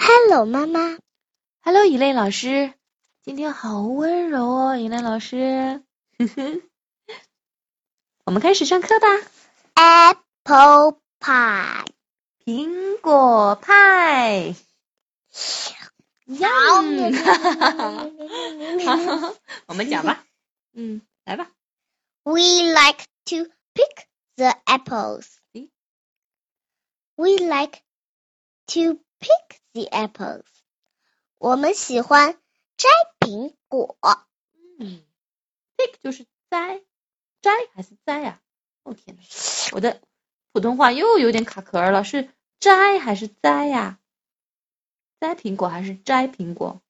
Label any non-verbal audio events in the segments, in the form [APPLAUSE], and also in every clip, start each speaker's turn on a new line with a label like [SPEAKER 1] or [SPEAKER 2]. [SPEAKER 1] Hello，妈妈。
[SPEAKER 2] Hello，以泪老师，今天好温柔哦，以泪老师。 [LAUGHS] 我们开始上课吧。
[SPEAKER 1] Apple pie，
[SPEAKER 2] 苹果派，
[SPEAKER 1] 嗯，
[SPEAKER 2] yum！我 [LAUGHS] 们讲吧。嗯，来吧。
[SPEAKER 1] [LAUGHS] We like to pick the apples.
[SPEAKER 2] See?
[SPEAKER 1] We like to pick the apples. 我们喜欢摘苹果，
[SPEAKER 2] 嗯，pick 就是摘，摘还是摘呀、哦天呐，我的普通话又有点卡壳儿了，是摘还是摘呀、摘苹果还是摘苹果？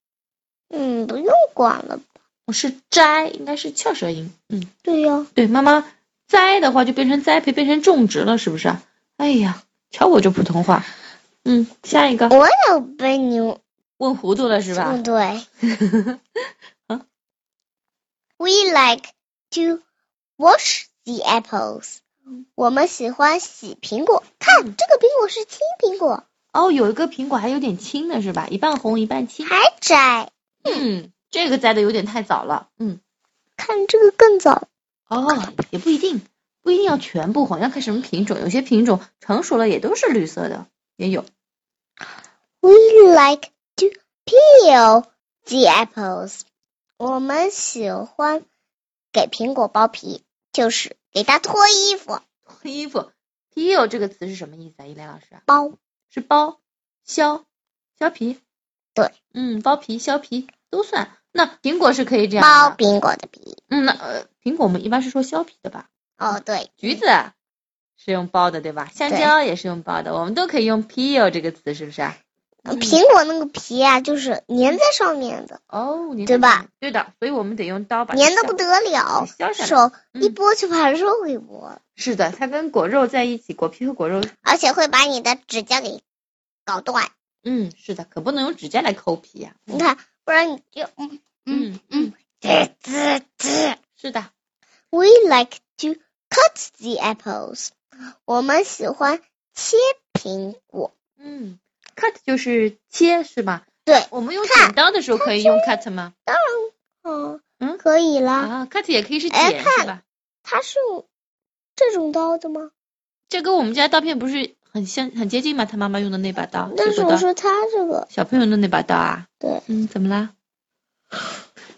[SPEAKER 1] 嗯，不用管了。
[SPEAKER 2] 我是摘，应该是翘舌音。嗯。
[SPEAKER 1] 对呀、
[SPEAKER 2] 对，妈妈栽的话就变成栽培，变成种植了，是不是啊？哎呀，瞧我这普通话。嗯，下一个
[SPEAKER 1] 我有被你
[SPEAKER 2] 问糊涂了是吧
[SPEAKER 1] 嗯，？对。
[SPEAKER 2] 啊
[SPEAKER 1] 嗯 We like to wash the apples. 我们喜欢洗苹果。看，
[SPEAKER 2] 嗯
[SPEAKER 1] 这个苹果是青苹果，
[SPEAKER 2] 哦，有一个苹果还有点青的是吧？一半红一半青。
[SPEAKER 1] 还摘。
[SPEAKER 2] 嗯，这个栽的有点太早了。嗯，
[SPEAKER 1] 看这个更早。
[SPEAKER 2] 哦，也不一定，不一定要全部红，要看什么品种。有些品种成熟了也都是绿色的，也有。 [LAUGHS]
[SPEAKER 1] We like to peel the apples. 我们喜欢给苹果剥皮，就是给它脱衣服。
[SPEAKER 2] 衣服 peel 这个词是什么意思啊？依莲老师啊
[SPEAKER 1] 剥
[SPEAKER 2] 是剥、削、削皮。
[SPEAKER 1] 对，
[SPEAKER 2] 嗯，剥皮、削皮都算。那苹果是可以这样
[SPEAKER 1] 剥
[SPEAKER 2] 的。
[SPEAKER 1] 苹果的皮。
[SPEAKER 2] 嗯，那呃，苹果我们一般是说削皮的吧？
[SPEAKER 1] 哦，对，
[SPEAKER 2] 橘子是用剥的，对吧？香蕉也是用剥的，我们都可以用 peel 这个词，是不是啊？嗯
[SPEAKER 1] 苹果那个皮啊，就是粘在上面的。
[SPEAKER 2] 哦，你
[SPEAKER 1] 对吧？
[SPEAKER 2] 对的，所以我们得用刀把它
[SPEAKER 1] 粘的
[SPEAKER 2] 削
[SPEAKER 1] 不得了，
[SPEAKER 2] 削下来。
[SPEAKER 1] 手
[SPEAKER 2] 嗯
[SPEAKER 1] 一拨就把肉给拨了，
[SPEAKER 2] 是的，它跟果肉在一起，果皮和果肉，
[SPEAKER 1] 而且会把你的指甲给搞断。
[SPEAKER 2] 嗯，是的，可不能用指甲来抠皮呀、
[SPEAKER 1] 你看，不然你就嗯嗯
[SPEAKER 2] 嗯
[SPEAKER 1] 嗯，滋滋滋。
[SPEAKER 2] 是的，
[SPEAKER 1] We like to cut the apples，我们喜欢切苹果。
[SPEAKER 2] 嗯，cut 就是切是吧？
[SPEAKER 1] 对，
[SPEAKER 2] 我们用
[SPEAKER 1] 看
[SPEAKER 2] 剪刀的时候可以用 cut 吗？
[SPEAKER 1] 嗯
[SPEAKER 2] 嗯
[SPEAKER 1] 可以啦。
[SPEAKER 2] 啊，cut 也可以是
[SPEAKER 1] 哎
[SPEAKER 2] 剪
[SPEAKER 1] 看
[SPEAKER 2] 是吧？
[SPEAKER 1] 它是用这种刀子吗？
[SPEAKER 2] 这跟我们家刀片不是很像、很接近吗？他妈妈用的那把刀，
[SPEAKER 1] 但是
[SPEAKER 2] 水果
[SPEAKER 1] 我
[SPEAKER 2] 刀，
[SPEAKER 1] 说它这个
[SPEAKER 2] 小朋友的那把刀啊。
[SPEAKER 1] 对，
[SPEAKER 2] 嗯，怎么啦？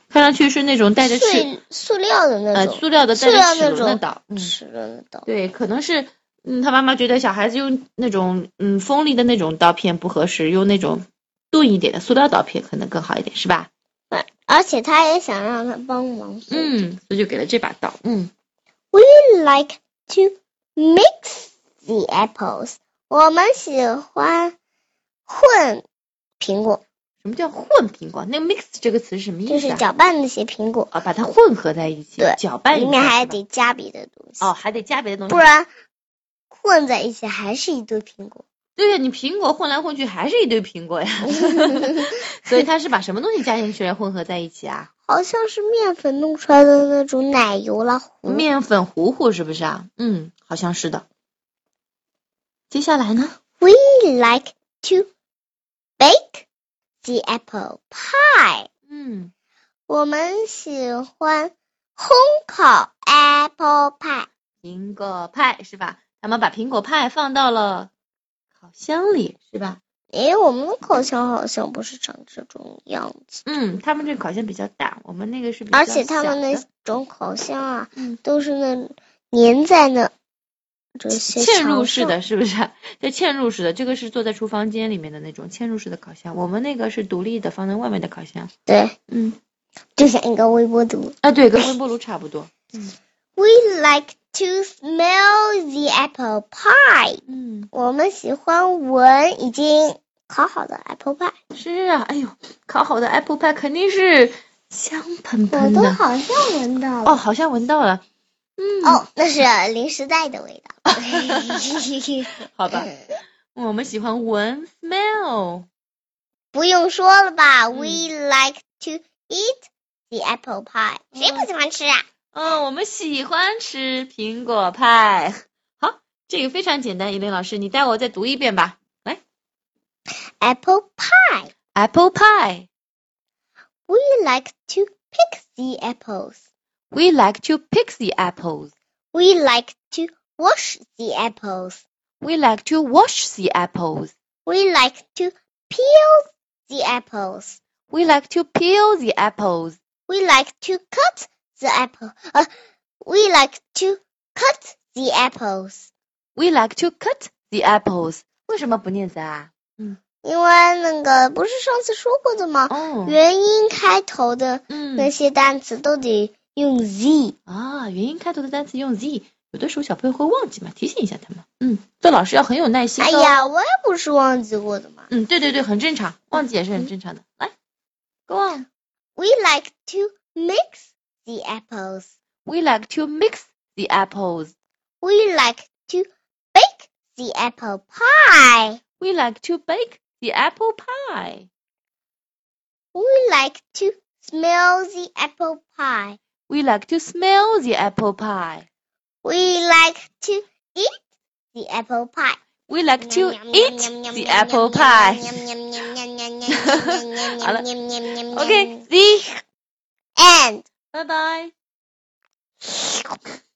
[SPEAKER 2] 看上去是那种带着齿
[SPEAKER 1] 碎塑料的那
[SPEAKER 2] 呃
[SPEAKER 1] 种
[SPEAKER 2] 塑料的带
[SPEAKER 1] 塑料
[SPEAKER 2] 着齿
[SPEAKER 1] 那
[SPEAKER 2] 轮的
[SPEAKER 1] 种
[SPEAKER 2] 刀，嗯，
[SPEAKER 1] 齿轮的刀。
[SPEAKER 2] 对，可能是嗯，他妈妈觉得小孩子用那种嗯锋利的那种刀片不合适，用那种钝一点的塑料刀片可能更好一点，是吧？
[SPEAKER 1] 而且他也想让他帮忙。，
[SPEAKER 2] 嗯，所以就给了这把刀，嗯。
[SPEAKER 1] We like to mix the apples。我们喜欢混苹果，
[SPEAKER 2] 什么叫混苹果？那个 mix 这个词是什么意思、啊？
[SPEAKER 1] 就是搅拌那些苹果，
[SPEAKER 2] 啊，把它混合在一起，
[SPEAKER 1] 对
[SPEAKER 2] 搅拌一
[SPEAKER 1] 里
[SPEAKER 2] 下，
[SPEAKER 1] 面还
[SPEAKER 2] 是吧
[SPEAKER 1] 得加别的东西，
[SPEAKER 2] 哦，还得加别的东西
[SPEAKER 1] 不。然混在一起还是一堆苹果。
[SPEAKER 2] 对呀，你苹果混来混去还是一堆苹 [LAUGHS] 果呀，所以它是把什么东西加进去来混合在一起啊？
[SPEAKER 1] 好像是面粉弄出来的那种奶油啦糊。
[SPEAKER 2] 面粉糊糊是不是啊？嗯，好像是的。接下来呢？
[SPEAKER 1] We like to bake the apple pie。
[SPEAKER 2] 嗯，
[SPEAKER 1] 我们喜欢烘烤 apple pie，
[SPEAKER 2] 苹果派是吧？咱们把苹果派放到了烤箱里是吧？
[SPEAKER 1] 诶，我们的烤箱好像不是长这种样子，
[SPEAKER 2] 嗯，他们这个烤箱比较大，我们那个是比较
[SPEAKER 1] 而且他们
[SPEAKER 2] 小
[SPEAKER 1] 那
[SPEAKER 2] 的
[SPEAKER 1] 种烤箱啊，
[SPEAKER 2] 嗯
[SPEAKER 1] 都是那粘在那这些
[SPEAKER 2] 嵌
[SPEAKER 1] 墙
[SPEAKER 2] 入式
[SPEAKER 1] 上，
[SPEAKER 2] 的是不是？对，嵌入式的，这个是坐在厨房间里面的那种嵌入式的烤箱，我们那个是独立的，放在外面的烤箱。
[SPEAKER 1] 对，
[SPEAKER 2] 嗯，
[SPEAKER 1] 就像一个微波炉。
[SPEAKER 2] 啊，对，跟微波炉差不多。
[SPEAKER 1] We like to smell the apple pie，
[SPEAKER 2] [COUGHS] 嗯，
[SPEAKER 1] 我们喜欢闻已经烤好的 apple pie，
[SPEAKER 2] 是啊，哎呦，烤好的 apple pie 肯定是香喷
[SPEAKER 1] 我
[SPEAKER 2] 喷
[SPEAKER 1] 都
[SPEAKER 2] 的。
[SPEAKER 1] 好像闻到了。
[SPEAKER 2] 哦，好像闻到了。嗯，
[SPEAKER 1] 哦，那是零食袋的味
[SPEAKER 2] [LAUGHS]
[SPEAKER 1] 道。
[SPEAKER 2] 好吧，我们喜欢闻 smell。
[SPEAKER 1] 不用说了吧、
[SPEAKER 2] 嗯
[SPEAKER 1] w e like to eat the apple pie。谁不喜欢吃啊？
[SPEAKER 2] 嗯，我们喜欢吃苹果派。好，这个非常简单，依琳老师，你带我再读一遍吧。
[SPEAKER 1] Apple pie.
[SPEAKER 2] apple pie.
[SPEAKER 1] We like to pick the apples.
[SPEAKER 2] We like to pick the apples.
[SPEAKER 1] We like to wash the apples.
[SPEAKER 2] We like to wash the apples.
[SPEAKER 1] We like to peel the apples.
[SPEAKER 2] We like to peel the apples.
[SPEAKER 1] We like to cut the apple. Uh, we like to cut the apples.
[SPEAKER 2] We like to cut the apples. 为什么不念 the 啊？
[SPEAKER 1] 因为那个不是上次说过的吗？
[SPEAKER 2] 哦，
[SPEAKER 1] 元音开头的那
[SPEAKER 2] 嗯，
[SPEAKER 1] 些单词都得用 z。
[SPEAKER 2] 啊，元音开头的单词用 z，有的时候小朋友会忘记嘛，提醒一下他们。嗯，做老师要很有耐心
[SPEAKER 1] 哎
[SPEAKER 2] 的哦。
[SPEAKER 1] 呀，我也不是忘记过的嘛。
[SPEAKER 2] 嗯，对对对，很正常，忘记也
[SPEAKER 1] 嗯
[SPEAKER 2] 是很正常的。来，Go on.
[SPEAKER 1] We like to mix the apples.
[SPEAKER 2] We like to mix the apples.
[SPEAKER 1] We like to bake the apple pie.
[SPEAKER 2] We like to bake the apple pie.
[SPEAKER 1] We like to smell the apple pie.
[SPEAKER 2] We like to smell the apple pie.
[SPEAKER 1] We like to eat the apple pie.
[SPEAKER 2] We like to eat the apple pie. Okay, see.
[SPEAKER 1] And
[SPEAKER 2] Bye bye.